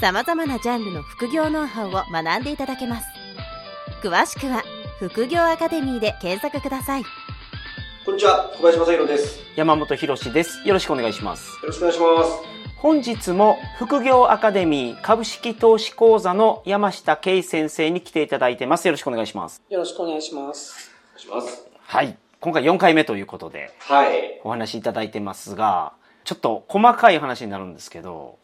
さまざまなジャンルの副業ノウハウを学んでいただけます詳しくは「副業アカデミー」で検索くださいこんにちは、小林正宏です。よ山本博史です。よろしくお願いします。ろしくお願いします。本日も副業アカデミー株式投資講座の山下圭先生に来ていただいてます。よろしくお願いします。よろしくお願いします。。お願いします。はい。今回4回目ということではい。お話しいただいてますが、ちょっと細かい話になるんですけど、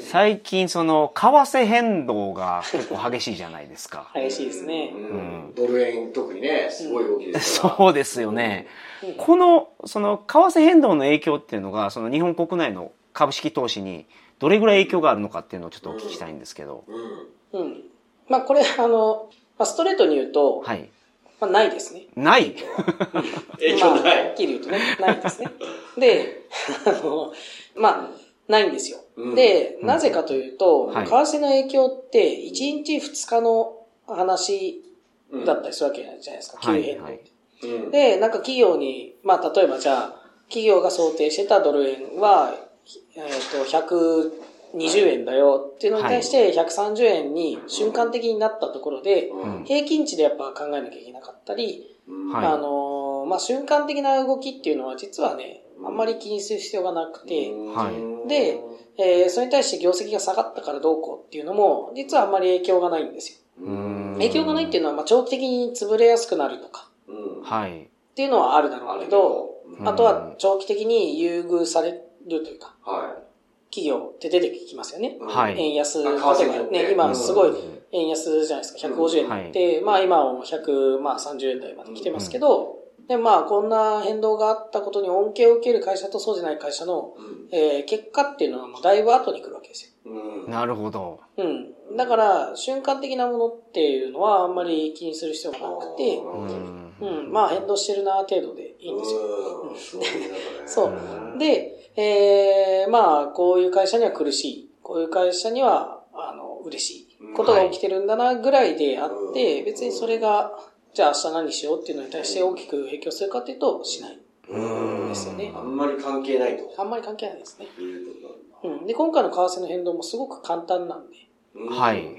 最近その為替変動が結構激しいじゃないですか激しいですね。うん、ドル円特にね、すごい動きですから。そうですよね。この、その為替変動の影響っていうのが、その日本国内の株式投資にどれぐらい影響があるのかっていうのをちょっとお聞きしたいんですけど。うん。うん。まあこれ、あの、まあ、ストレートに言うと、はい。まあないですね。ない。影響なまあはっい。きり言うとね、ないですね。で、あの、まあ、ないんですよ。うんで、うんなぜかというと、はい為替の影響って、1日2日の話うんだったりするわけじゃないですか、急はい変 動、はいうん。で、なんか企業に、まあ例えばじゃあ、企業が想定してたドル円は、えっ、と、120円だよっていうのに対して130円に瞬間的になったところで、うん平均値でやっぱ考えなきゃいけなかったり、うんはいあのーまあ、瞬間的な動きっていうのは実はね、あんまり気にする必要がなくて、はいで、えーそれに対して業績が下がったからどうこうっていうのも、実はあんまり影響がないんですよ。うん。影響がないっていうのは、まあ、長期的に潰れやすくなるとかうん。はい。っていうのはあるだろうけど、うんうんあとは長期的に優遇されるというか、は企業って出てきますよねい。。はい円安、例あえ為替によばってね、う今んすごい円安じゃないですか、150円うんで、ってまあ今はもう130円台まで来てますけど、でまあこんな変動があったことに恩恵を受ける会社とそうじゃない会社の、うんえー結果っていうのはもうだいぶ後に来るわけですうん。なるほど。よ。うん。だから瞬間的なものっていうのはあんまり気にする必要がなくて、ううん。んうん、まあ変動してるな程度でいいんですよ。うんすごいねなんかねそうで、えー、まあ、こういう会社には苦しい。こういう会社には、あの、嬉しい。ことが起きてるんだな、ぐらいであって、はい別にそれが、じゃあ明日何しようっていうのに対して大きく影響するかっていうと、しない。うんですよねあんまり関係ないと。あんまり関係ないですね。いうことうん。で、今回の為替の変動もすごく簡単なんで。なんだはい。うん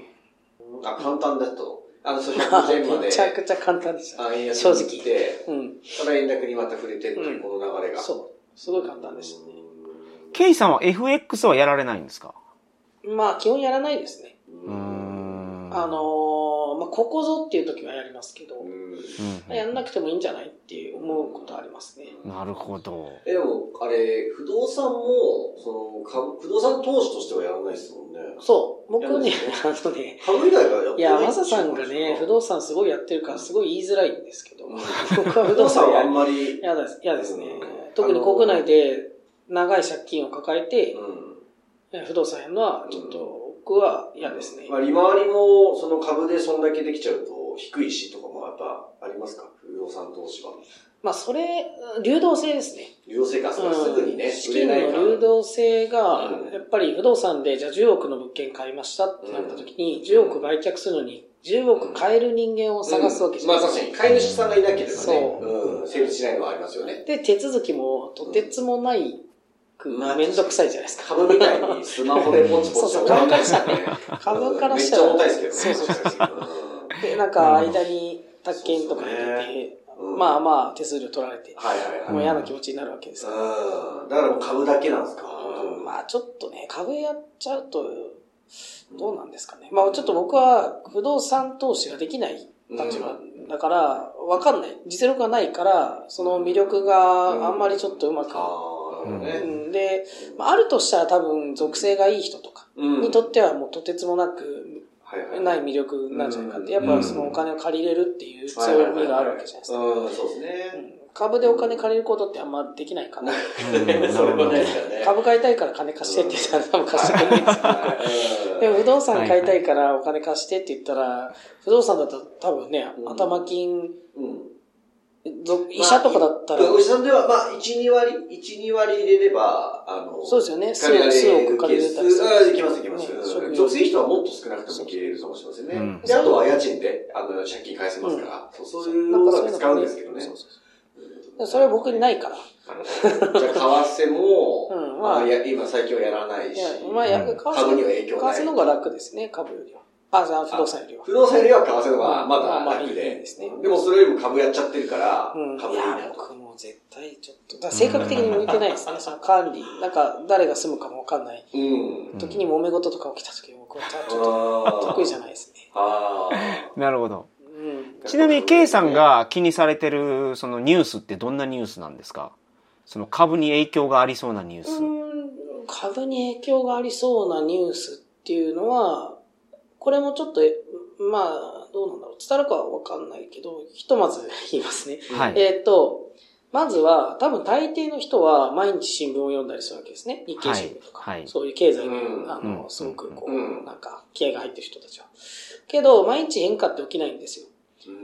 あ、簡単だと。あの、それ全部で め。ちゃくちゃ簡単でした。あ円安正直に行って、うん。ただ円高にまた触れてっていうこの流れが。そう。すごい簡単でしたね。ケイさんは FX はやられないんですかまあ、基本やらないですね。うーんあのーまあ、ここぞっていう時はやりますけど、うやんんなくてもいいんじゃないって思うことありますね。なるほど。え、でも、あれ、不動産も、その、株、不動産投資としてはやらないですもんね。そう。僕ねやるんで、あのね、株以外はやっいてないや、マサさんがね、不動産すごいやってるから、すごい言いづらいんですけど、僕は不 不動動産産はあ やんまり、嫌です。嫌ですねうん。特に国内で長い借金を抱えて、う不動産やるのは、ちょっと僕は嫌ですねん。まあ、利回りも、その株でそんだけできちゃうと、低いしとかもやっぱありますか不動産投資は。まあ、それ、流動性ですね。流動生活がすぐにうんね、資売れ金ないから。の流動性がうん、やっぱり不動産で、じゃあ10億の物件買いましたってなった時に、10億売却するのに、10億買える人間を探すわけじゃないうんでますあか確かに、飼い主さんがいなければね、そううん、成立しないのはありますよね。で、手続きもとてつもないく、まあめんどくさいじゃないですか。株みたいにスマホでポチポチそうそう株からしたらね。株からしたらめっちゃ重たいですけどね。そうそうで、なんか間に宅建とかそ入うれそうて、んまあまあ手数料取られて、はいはいはい。もう嫌な気持ちになるわけですから。うん。だからもう株だけなんですか。まあちょっとね、株やっちゃうと、どうなんですかね。まあちょっと僕は不動産投資ができない立場だから、わかんない。実力がないから、その魅力があんまりちょっとうまく。ああ、なるほどね。うんで、まあ、あるとしたら多分属性がいい人とかうんにとってはもうとてつもなくはいはい。ない魅力なんじゃないかって、やうっんぱそのお金を借りれるっていう強みがあるわけじゃないですか。うん、そうですね。うん株でお金借りることってあんまできないかな。うんなるそれほはどないですよね。株買いたいから金貸してって言ったら多分貸してくれないですよね。でも不動産買いたいからお金貸してって言ったら、不動産だと多分ねう、ん頭金、うんぞ医者とかだったらまあ、おじさんでは、まあ、1、2割、一二割入れれば、あの、そうですよね借りられる数数億借りれたりするケースあいきます、いきます。ねうん属性費とはもっと少なくとも切れるかもしれませんね。うんで、あとは家賃で、あの、借金返せますから、そうそういうなんのかそういがうの使うんですけどね。そうそうそうそれは僕にないから。なるほどじゃあ、為替も、うん、ままあ、あ、いや、や今最近はやらないし、まあ、やうん為替株には影響ない。為替の方が楽ですね、株よりは。あ、じゃあ不動産よりは。不動産よりは為替の方がままあまあだ楽いいでですね。でもそれよりも株やっちゃってるからうん、、株いいいやなと。僕も絶対ちょっと、だから性格的に向いてないですね、その管理。なんか、誰が住むかもわかんない。うん。時に揉め事とか起きた時僕はちょっと得得意じゃないですね。あーなるほどうん。ちなみに K さん、が気にされてるそのニュースってどんなニュースなんですかその株に影響がありそうなニュース、うん、株に影響がありそうなニュースっていうのは、これもちょっと、えまあ、どうなんだろう。伝わるかはわかんないけど、ひとまず言いますね。はい、えっ、と、まずは、多分大抵の人は毎日新聞を読んだりするわけですね。日経新聞とか。はいはいそういう経済の、うんあうの、んすごくこう、うんなんか、気合が入ってる人たちは。けど、毎日変化って起きないんですよ。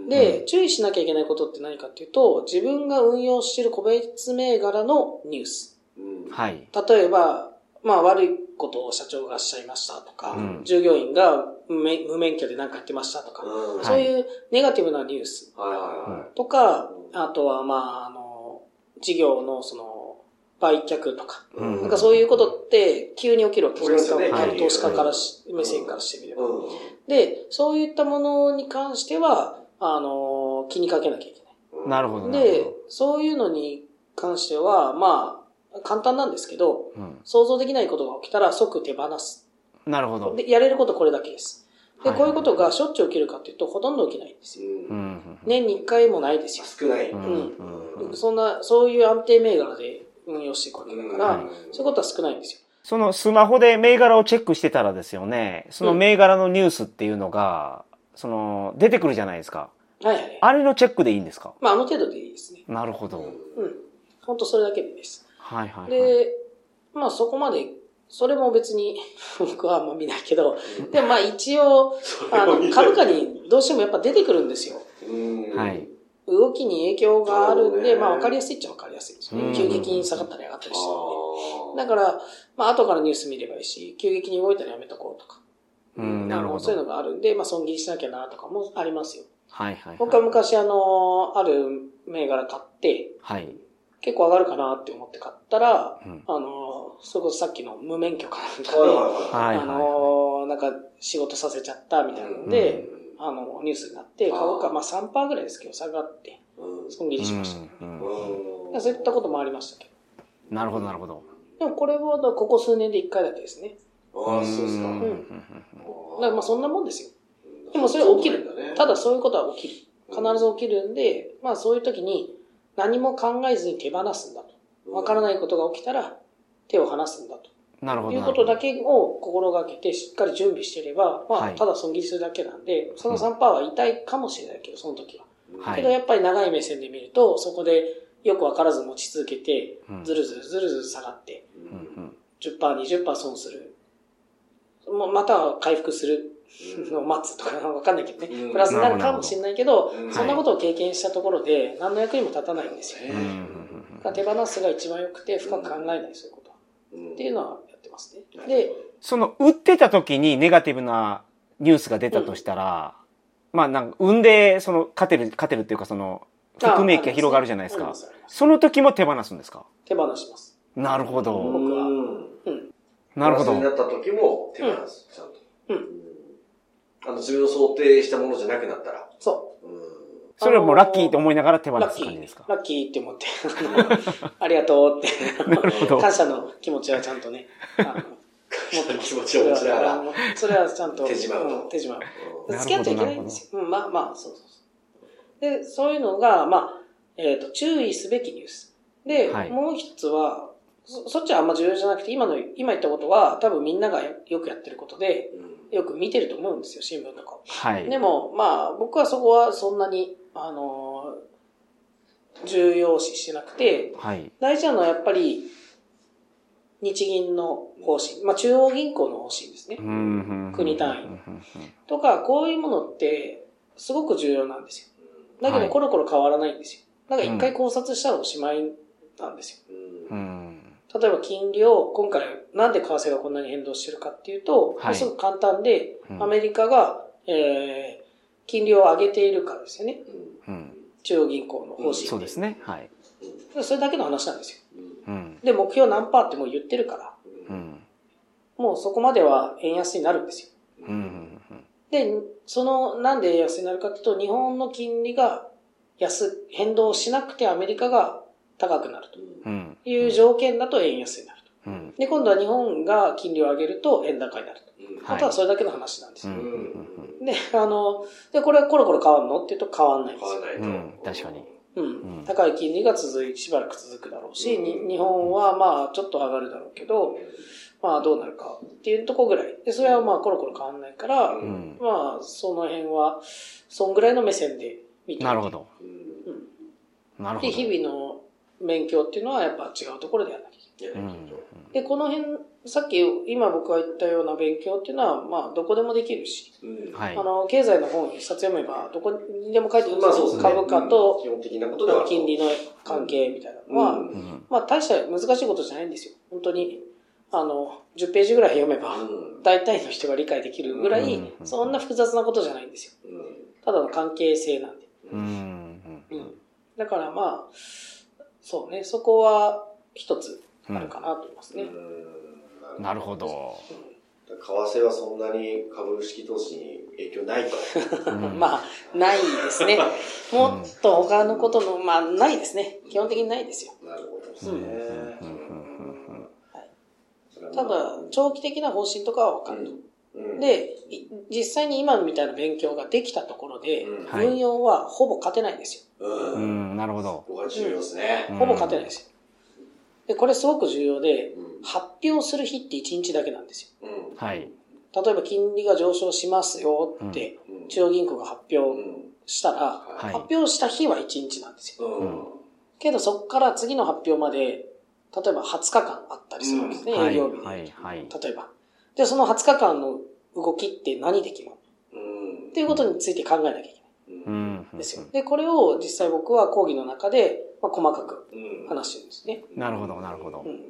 で、注意しなきゃいけないことって何かっていうと、自分が運用している個別銘柄のニュース。うんはい例えば、まあ悪いことを社長がしちゃいましたとか、うん従業員が無免無免許で何かやってましたとか、うんはいそういうネガティブなニュースはいはとか、あとはまあ、あの、事業のその、売却とか、いはい。うんなんかそういうことって急に起きるわけじゃないですか。起きますよねあの投資家からし、目線からしてみれば。うんで、そういったものに関しては、あの、気にかけなきゃいけない。うんなるほどなるで、そういうのに関しては、まあ、簡単なんですけど、うん、想像できないことが起きたら即手放す。なるほどで、やれることこれだけです。で、はいこういうことがしょっちゅう起きるかっていうと、ほとんど起きないんですよ。ううんん年に一回もないですよ。少ない。うんううんんうんそんな、そういう安定銘柄で運用していくわけだから、うんそういうことは少ないんですよ。そのスマホで銘柄をチェックしてたらですよねその銘柄のニュースっていうのが、その出てくるじゃないですかはいはい。あれのチェックでいいんですかまあ、あの程度でいいですね。なるほど、うん。ほんとそれだけでいいです。はいはい、はい、で、まあそこまで、それも別に 僕はあんま見ないけど、でもまあ一応、あの、株価にどうしてもやっぱ出てくるんですよ。うんはい。動きに影響があるんなるほどで、ねまあ分かりやすいっちゃ分かりやすいですうね。ん急激に下がったり上がったりしてるんで。あだから、まあ、後からニュース見ればいいし、急激に動いたらやめとこうとか、うんなるほそういうのどがあるんで、まあ、損切りしなきゃなとかもありますよ。はいはい、はい、僕は昔、あの、ある銘柄買って、はい、結構上がるかなって思って買ったら、うん、あの、それこそさっきの無免許かなんーはいかはいはいはで、いあの、なんか仕事させちゃったみたいなので、あの、ニュースになって、株価、まあ3%ぐらいですけど、下がって、うんうん損切りしました。うんうんうまあんそういったこともありましたけど。なるほどなるほどでもこれは、ここ数年で1回だけですね。ああ、そうですか。んうんだからまあそんなもんですよ。でもそれはは起きる。ただそういうことは起きる。必ず起きるんで、まあそういう時に何も考えずに手放すんだと。わからないことが起きたら手を離すんだと。なるほどいなうるこほとどだけを心がけてしっかり準備していれば、まはあいただ損切りするだけなんで、その3%は痛いかもしれないけど、その時は。はいけどやっぱり長い目線で見ると、そこでよくわからず持ち続けて、うんずるずるずるずる下がって、うんうんうん10%、20%損する。もうまたは回復するのを待つとか、 わかんないけどうね。んプラスになるかもしれないけなるほどどう、んそんなことを経験したところで、何の役にも立たないんですようんね。うんうんだから手放すが一番良くて、深く考えないそういうことは。うんっていうのはやってますね。で、その売ってた時にネガティブなニュースが出たとしたら、まあなんか産んでその勝てる勝てるっていうかその含み益が広がるじゃないですああかりますねありますその時も手放すんですか手放します。なるほうんど僕はうんなるほプラスになどった時も手放す、ちゃんと。うんあの、自分の想定したものじゃなくなったら。そうんう。それはもうラッキーと思思いながら手放ラッすキ感じですーか。ラッキーって思って、あのありがとうって。なるほど感謝の気持ちはちゃんとね、あの持ってます。気持ちを持ちながらあのそれはちゃんと。手締まうとん手締まう。なるほど付き合っちゃいけないんですよ。うん、まあまあ、そうそうそう。で、そういうのが、まあ、えっ、と、注意すべきニュース。で、はいもう一つは、そそっちはあんま重要じゃなくて、今の、今言ったことは、多分みんながよくやってることで、うんよく見てると思うんですよ、新聞とかを。はいでも、まあ、僕はそこはそんなに、あのー重要視してなくて、はい。大事なのはやっぱり、日銀の方針、まあ中央銀行の方針ですねう。ん国単位うんうんとか、こういうものって、すごく重要なんですよ。だけはど、いコロコロ変わらないんですよ。だからうん一回考察したらおしまいなんですうんうんうんよ。例えば金利を、今回なんで為替がこんなに変動してるかっていうと、はいすごく簡単で、うんアメリカが、えー金利を上げているからですよね。うん中央銀行の方針そうですね。はい。それだけの話なんですよ。うんで、目標何パーってもう言ってるから、うんもうそこまでは円安になるんですよ。うんうんうんで、その、なんで円安になるかというと、日本の金利が安、変動しなくてアメリカが高くなるとうんいう条件だと円安になると。うんで、今度は日本が金利を上げると円高になると。はいあとはそれだけの話なんですうよ。んで、あの、で、これはコロコロ変わるのっていうと変わんないんです買よわ。ないとうん確かにうんうん高い金利が続い、しばらく続くだろうし、にうん日本はまあちょっと上がるだろうけど、まあどうなるかっていうとこぐらい。で、それはまあコロコロ変わんないから、ううんんまあその辺は、そんぐらいの目線で見てなるほど。うんうんなるほど。で、日々の勉強っていうのはやっぱ違うところでやらなきゃいけいやうんきっとない。で、この辺、さっき今僕が言ったような勉強っていうのは、まあどこでもできるし、うんはいあの、経済の本一冊読めばどこにでも書いてるんまあそうですね株価と基本的なことでは金利の関係みたいなのは、うんうんうんまあ大した難しいことじゃないんですよ。本当に、あの、10ページぐらい読めば、うん大体の人が理解できるぐらい、うんそんな複雑なことじゃないんですよ。ただの関係性なんで。うんうんうん。だからまあ、そうね、そこは一つあるかなと思いますうね。んなる ほど。為替はそんなに株式投資に影響ないと。うんまあ、ないですね。もっと他のことの、まあ、ないですね。基本的にないですよ。なるほどですね。うんうんはいそれはまたあだ、長期的な方針とかは分かると。うん、で、い実際に今みたいな勉強ができたところで、うんはい運用はほぼ勝てないんですよ。う。うんこん、なるほど。こが重要ですね。うんほぼ勝てないですよ。で、これすごく重要で、うん発表する日って1日だけなんですうんはい。よ。例えば金利が上昇しますよって、うん中央銀行が発う表んしたら、はい発表した日は1日なんですよ。うんけどそこから次の発表まで、例えば20日間あったりするんですね、は営い。業日で、はい。はい。例えば。で、その20日間の動きって何で決まるうんっていうことについて考えなきゃいけないうんん。んですよ。で、これを実際僕は講義の中で、まあ、細かくうん話してるんですね。なるほど、なるほどう。ん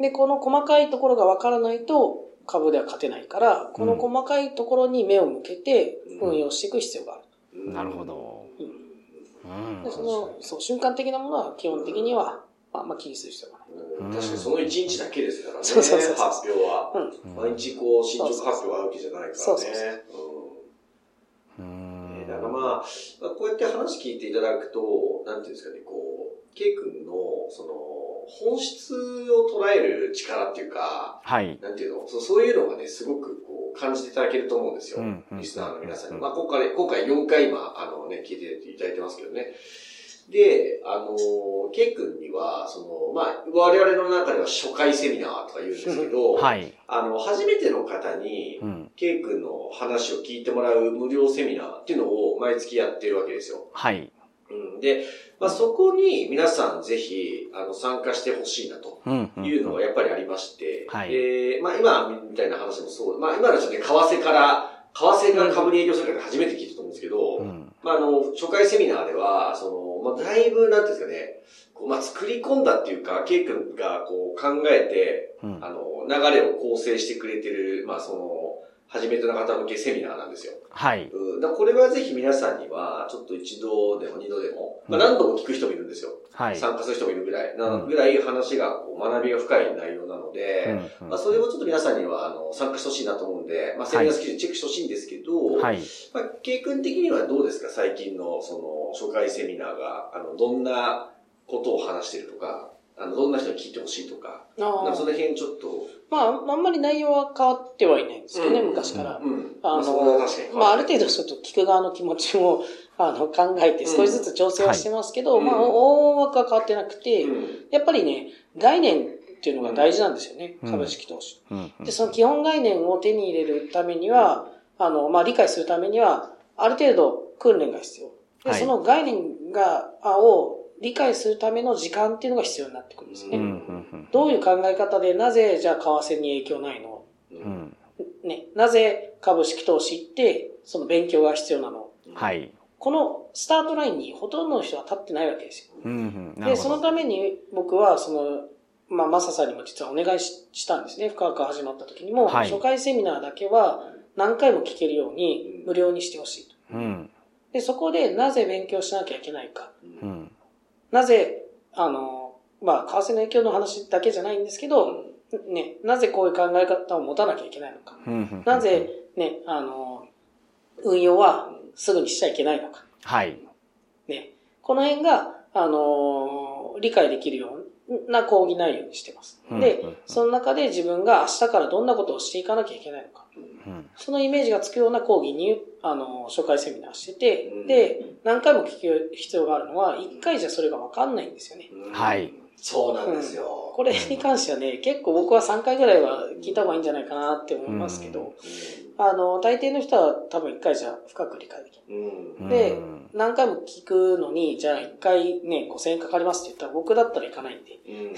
で、この細かいところがわからないと株では勝てないから、この細かいところに目を向けてうん運用していく必要がある。うんなるほど。うんで。そのそう瞬間的なものは基本的には、まあ、あんま気にする必要がない。うんうん確かにその一日だけですからね。そうそうそうそう発表は。うんうん毎日こう、進捗発表があるわけじゃないからね。そうそうそうんうねんだからまあ、まあこうやって話聞いていただくと、なんていうんですかね、こう、K 君の、その、本質を捉える力っていうか、はい。なんていうの、そうそういうのがね、すごくこう、感じていただけると思うんですよ。うんうんリスナーの皆さんに。うんまあ、今回、今回4回今、あのね、聞いていただいてますけどね。で、あの、K 君には、その、まあ、我々の中では初回セミナーとか言うんですけど、はい。あの、初めての方に、うん。ケイ君の話を聞いてもらう無料セミナーっていうのを毎月やってるわけですよ。はい。うん、で、まあ、そこに皆さんぜひあの参加してほしいなとうん。うんいうのがやっぱりありまして、はいでまあ、今みたいな話もそう、まあ、今の人ね、為替から、為替が株に影響するから初めて聞いたと思うんですけど、うん。まあ、あの、初回セミナーでは、その、まあ、だいぶ、なんていうんですかね、こう、まあ、作り込んだっていうか、ケイ君がこう考えて、うんあの、流れを構成してくれてる、まあ、その、初めての方向けセミナーなんですよ。はい。うん。だからこれはぜひ皆さんには、ちょっと一度でも二度でも、まあ、何度も聞く人もいるんですよ。はい。参加する人もいるぐらい。なうんぐらい話が、こう、学びが深い内容なのうで、んうんまあ、それをちょっと皆さんには、あの、参加してほしいなと思うんで、まあ、セミナースキルチェックしてほしいんですけど、はい。まあ、ケイ君的にはどうですか最近の、その、初回セミナーが、あの、どんなことを話してるとか、あの、どんな人に聞いてほしいとか、なんかそあの辺ちょっと、あまあ、あんまり内容は変わってはいないんですよね、うん昔から。うん。あまそのこは確かに。まあ、ある程度ちょっと聞く側の気持ちもあの考えて少しずつ調整はしてますけど、うんまあ、はい大枠は変わってなくて、うん。やっぱりね、概念っていうのが大事なんですよね、うん株式投資。うんうんで、その基本概念を手に入れるためには、あの、まあ、理解するためには、ある程度訓練が必要。で、はいその概念が、あを理解するための時間っていうのが必要になってくるんですね。うんうんどういう考え方で、なぜ、じゃあ、為替に影響ないのうんうんね、なぜ株式投資って、その勉強が必要なのはいい、このスタートラインにほとんどの人は立ってないわけですよ。うんうん、なで、るそほのどために僕は、その、まあ、マサさんにも実はお願いししたんですね。深く始まった時にも、はい初回セミナーだけは何回も聞けるように無料にしてほしいと。うんで、そこでなぜ勉強しなきゃいけないか。ううん。んなぜ、あの、まあ、為替の影響の話だけじゃないんですけど、ね、なぜこういう考え方を持たなきゃいけないのか。うんうんなぜ、ね、あの、運用はすぐにしちゃいけないのか。はいね。この辺が、あの、理解できるような講義内容にしてます。うんでうん、その中で自分が明日からどんなことをしていかなきゃいけないのか。うんそのイメージがつくような講義に、あの、紹介セミナーしててうん、で、何回も聞く必要があるのは、一回じゃそれがわかんないんですよね。うんはい。そうなんですよ。これに関してはね、結構僕は3回ぐらいは聞いた方がいいんじゃないかなって思いますけど、あの、大抵の人は多分一回じゃ深く理解できない。うん。うんでうん何回も聞くのに、じゃあ一回ね、5000円かかりますって言ったら僕だったら行かないんで。うん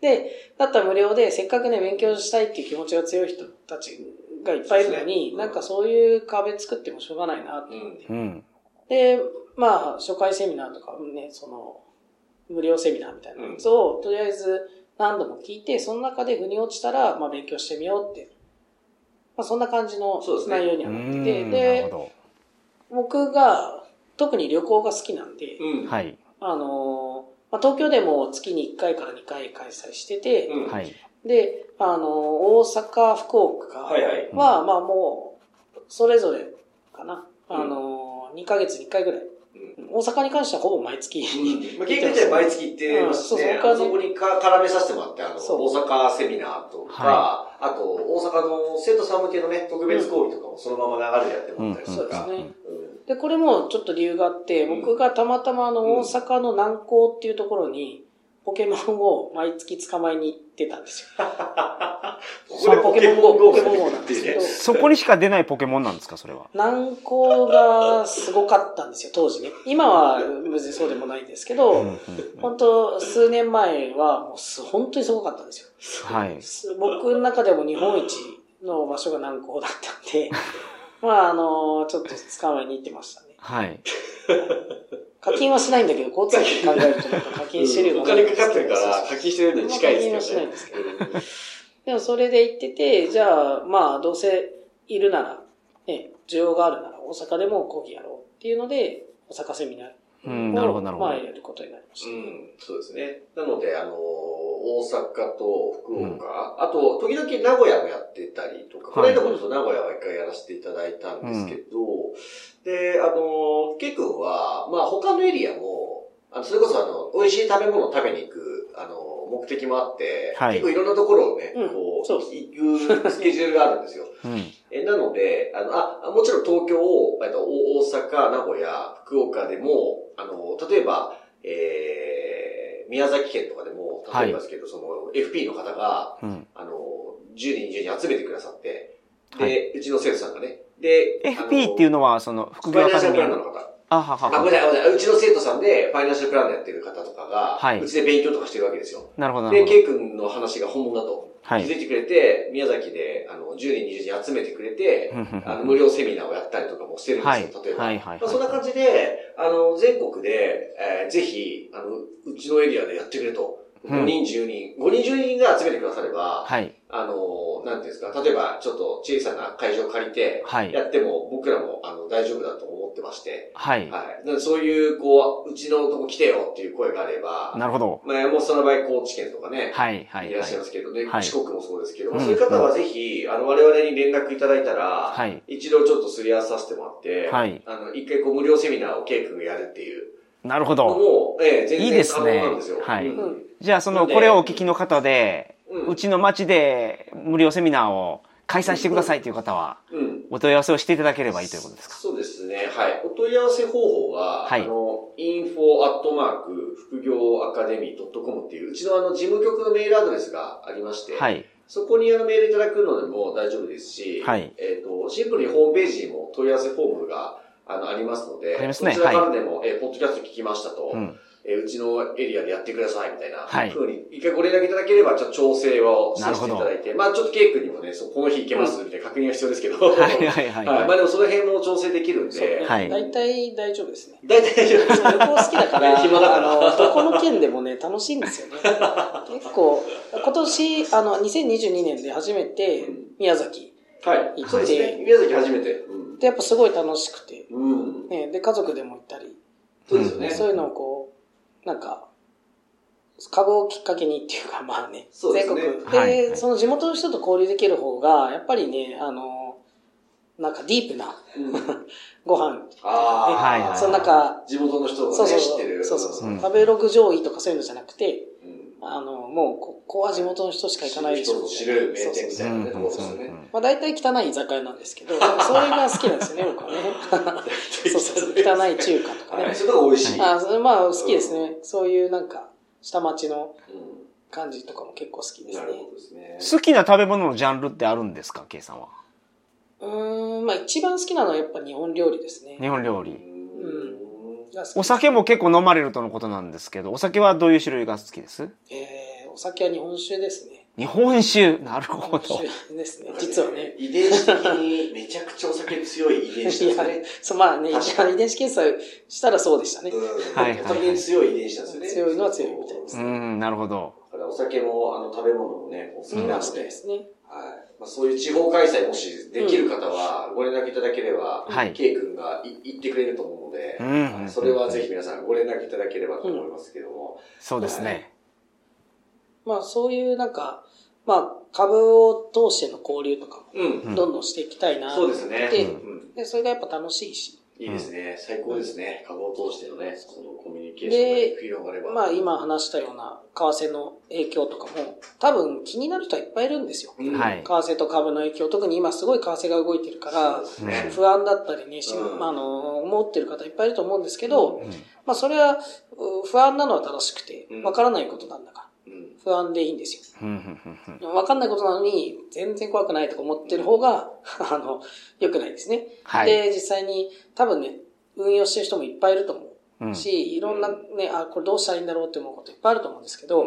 で、だったら無料で、せっかくね、勉強したいっていう気持ちが強い人たちがいっぱいいるそうのに、ですねなんかそういう壁作ってもしょうがないなって思って。うんで、まあ、初回セミナーとかね、その、無料セミナーみたいなやつを、とりあえず何度も聞いて、その中で腑に落ちたら、まあ勉強してみようって。まあそんな感じのそうですね内容にうはなってんて、なるでほ、ど僕が特に旅行が好きなんで、うん。。はいいあのーまあ、東京でも月に1回から2回開催してて、うん。ははい。いで、あのー大阪、福岡は、はいはい。まあもう、それぞれかな。あのー2ヶ月に1回ぐらい。大阪に関してはほぼ毎月。まあ、結局じゃあ毎月行ってますしね、うんそうあそうそこにか絡めさせてもらって、あの、そう大阪セミナーとか、あと、大阪の生徒さん向けのね、特別講義とかもそのまま流れでやってもらったりうんとそうですか。ね。うで、これもちょっと理由があって、うん僕がたまたまあうんの大阪の南港っていうところに、ポケモンを毎月捕まえに行ってたんですよ。んこ こでポケモン GO ポケモン GO なんですけど。そこにしか出ないポケモンなんですかそれは難航がすごかったんですよ、当時ね。今は別にそうでもないんですけうんど、うんうん本当数年前はもうす本当にすごかったんですよはいす。僕の中でも日本一の場所が難航だったんで、 まああの、ちょっと捕まえに行ってましたね。はい課金はしないんだけど、交通費考えるとなんか課金してるよう おな金かかってるから、課金してるのに近いですそけんなど課金はしないねです。でもそれで行ってて、じゃあ、まあ、どうせいるなら、ね、需要があるなら大阪でも講義やろうっていうので、大阪セミナーうを、んなるほどなるほまあ、どやることになりまうした。ん、そうですね。なので、あの、大阪と福岡、あと、時々名古屋もやってたりとか、このはい間もちょっと名古屋は一回やらせていただいたんですけど、で、あの、ケイ君は、まあ他のエリアも、あのそれこそあの、美味しい食べ物を食べに行く、あの、目的もあって、はい結構いろんなところをね、うんこう、そう行くスケジュールがあるんですよ。うんえなので、あの、あ、もちろん東京を、えっと、お大阪、名古屋、福岡でも、あの、例えば、えー、宮崎県とかでも、はい例えばですけど、その、FP の方が、うんあの、10人、10人集めてくださって、で、はうちの生徒さんがね、で、 FP っていうののはその副ファ業イナンシャルプランナーのの方。あははあ、ごめんなさい、ごめんなさい。うちの生徒さんで、ファイナンシャルプランナーやってる方とかが、はいうちで勉強とかしてるわけですよ。なるほどなで、るほケどイ君の話が本物だとは気づいいてくれて、宮崎で、あの、10人、20人集めてくれて、うんうんうんあの無料セミナーをやったりとかもしてるんではすいよ、例えば。はいはいまあ、そんな感じで、あの、全国で、えーぜひ、あの、うちのエリアでやってくれと。う5ん人、10人、5人、10人が集めてくだされば、はいあの、なんていうんですか、例えばちょっと小さな会場借りて、はいやっても僕らもあの大丈夫だと思ってまして、はいはい。なのでそういう、こう、うちのとこ来てよっていう声があれば、なるほどまあ、山本さんの場合、高知県とかね、はいはいいらっはいしゃいますけどね、はい四国もそうですけど、うんそういう方はぜひ、あの、我々に連絡いただいたら、はい一度ちょっとすり合わさせてもらって、はいあの、一回こう無料セミナーを K 君がやるっていうなるほのども、ええ全いいで然す可ね能なんですよ。はいうんうんじゃあそなのんでこれをお聞きの方で、うんうちの町で無料セミナーを開催してくださいという方は、うんお問い合わせをしていただければいいということですか。そうですね。はい。お問い合わせ方法は、はいあの、info@ 副業アカデミー .com っていう、うちのあの、事務局のメールアドレスがありまして、はい。そこにあのメールいただくのでも大丈夫ですし、はいえっ、と、シンプルにホームページにも問い合わせフォームがあのありますので、ありますねそちらからでも、えーポッドキャスト聞きましたと、うん。えーうちのエリアでやってくださいみたいな、はいふうに、一回ご連絡いただければ、ちょっと調整をなさるせほていどただいて、まあちょっとケイ君にもね、そうこの日行けますみたいな確認が必要ですけど、 はいはいはいはいまはあい。でもその辺も調整できるんそうねで、はい大体大丈夫ですね。大体大丈夫で旅す。行好きだから、暇だからあのどこの県でもね、楽しいんで すよね。結構、今年、あの、2022年で初めて宮崎はい。行そうでっすて、ね。宮崎初めて。で、やっぱすごい楽しくて、うん。うん。ね、で、家族でも行ったり、そうですよね。んそういうのをこう、なんか、株をきっかけにっていうか、 まあね、そうで全すね国。で、はいはいその地元の人と交流できる方が、やっぱりね、あの、なんかディープなうん ご飯、あはいはあ、いそのなんか、地元の人そがうね、そう知っそてう、る。そうそうそうう、ん食べログ上位とかそういうのじゃなくて、うんあの、もう、ここは地元の人しか行かないでしょ。知る名店みそうそうたそういなね、うとんころですよね。まあ大体汚い居酒屋なんです けど、それが好きなんですよね、僕はね。そうそうそう、汚い中華とかはいね。それとか美味しい。あそれまあ好きですね。そういうなんか、下町のう感じとかも結構好きんですなねる。ほどですね。好きな食べ物のジャンルってあるんですか、ケイさんは。うーん、まあ一番好きなのはやっぱ日本料理ですね。日本料理。うんが好きお酒も結構飲まれるとのことなんですけど、お酒はどういう種類が好きですえー、お酒は日本酒ですね。日本酒。なる日ほ本ど。酒ですね。実はね。遺伝子的にめちゃくちゃお酒強い遺伝子いですやね。そうまあね、遺伝子検査したらそうでしたね。うんはいはいお酒に強い遺伝子なんですよね。強いのは強いみたいですうねん、なるほど。だからお酒も、あの、食べ物もね、お好きそうななんのでで、すね。はい。まあ、そういう地方開催もしできる方は、ご連絡いただければ、はいケイ君がい行ってくれると思うので、うんはいそれはぜひ皆さんご連絡いただければと思いますけども、そうですね。まあそういうなんか、まあ株を通しての交流とかうん、うんもどんどんしていきたいな。そうですね。でうんで、それがやっぱ楽しいし。いいですね。最高ですね。株を通してのね、そのコミュニケーションが広がれば。まあ今話したような為替の影響とかも多分気になる人はいっぱいいるんですよ。うんはい為替と株の影響、特に今すごい為替が動いてるから、そうですね。不安だったりね、しうんまあ、あの、思ってる方いっぱいいると思うんですけど、うんまあそれはう不安なのは正しくてう、んわからないことなんだから、うん不安でいいんですよ。うんうんうんうんわかんないことなのに、全然怖くないとか思ってる方が、 あの、良くないですね。はい。で、実際に多分ね、運用してる人もいっぱいいると思うんうし、いろんなね、あ、これどうしたらいいんだろうって思うこといっぱいあると思うんですけど、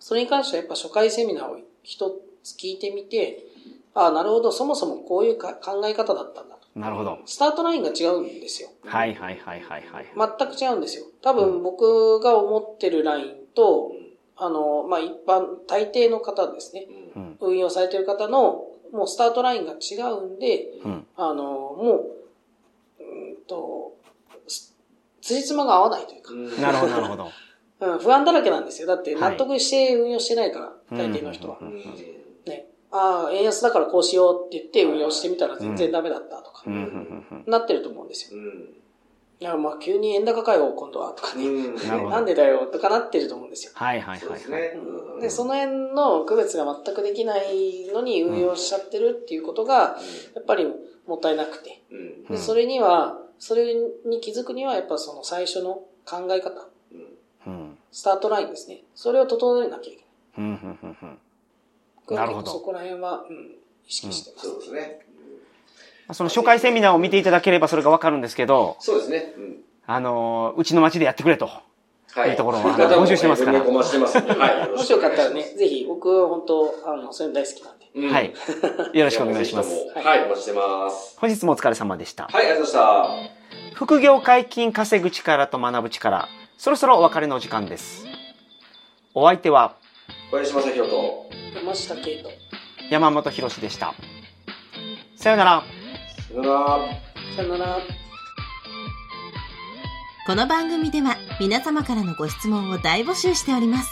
それに関してはやっぱ初回セミナーを一つ聞いてみて、あ、なるほど、そもそもこういうか考え方だったんだと。なるほど。スタートラインが違うんですよ。はいはいはいはいはい。全く違うんですよ。多分僕が思ってるラインと、あの、まあ、一般、大抵の方ですね。ううんん運用されてる方の、もうスタートラインが違うんで、うんあの、もう、うーんと、す辻褄が合わないというか、うんなるほどなるほど。うん、不安だらけなんですよ。だってはい納得して運用してないから、大抵の人はう。んうんね。ああ、円安だからこうしようって言って運用してみたら全然ダメだったとかう、んうんうんなってると思うんですよ。いや、まあ急に円高かよ、今度は、とかうね。んなるほどなんでだよ、とかなってると思うんですよ。はいはいそうはでいすはねい。。うんで、その辺の区別が全くできないのに運用しちゃってるっていうことが、やっぱりもったいなくて。うんうんうんでそれには、それに気づくには、やっぱその最初の考え方、うんうんスタートラインですね。それを整えなきゃいけない。うんうんうんうん僕はなるほど結構そこら辺は、うん、意識してます。そうですね。その初回セミナーを見ていただければそれがわかるんですけど、そうですね。うんあのー、うちの町でやってくれと。はいいいところをあの方も募集してますから連絡お待ちしてますんではい。もしよかったらね、ぜひ、僕は本当、あの、そういうの大好きなんで。うん。はい。よろしくお願いし まぜす。ひともはい、お待ちしてます。本日もお疲れ様でした。はい、ありがとうございました。副業解禁稼ぐ力と学ぶ力、そろそろお別れのお時間です。お相手は小林正宏と。山下圭と。山本博史でした。さよなら。さよなら。さよなら。この番組では皆様からのご質問を大募集しております。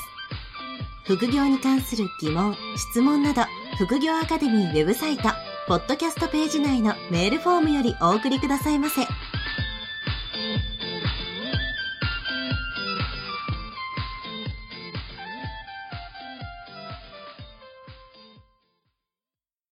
副業に関する疑問、質問など、副業アカデミーウェブサイト、ポッドキャストページ内のメールフォームよりお送りくださいませ。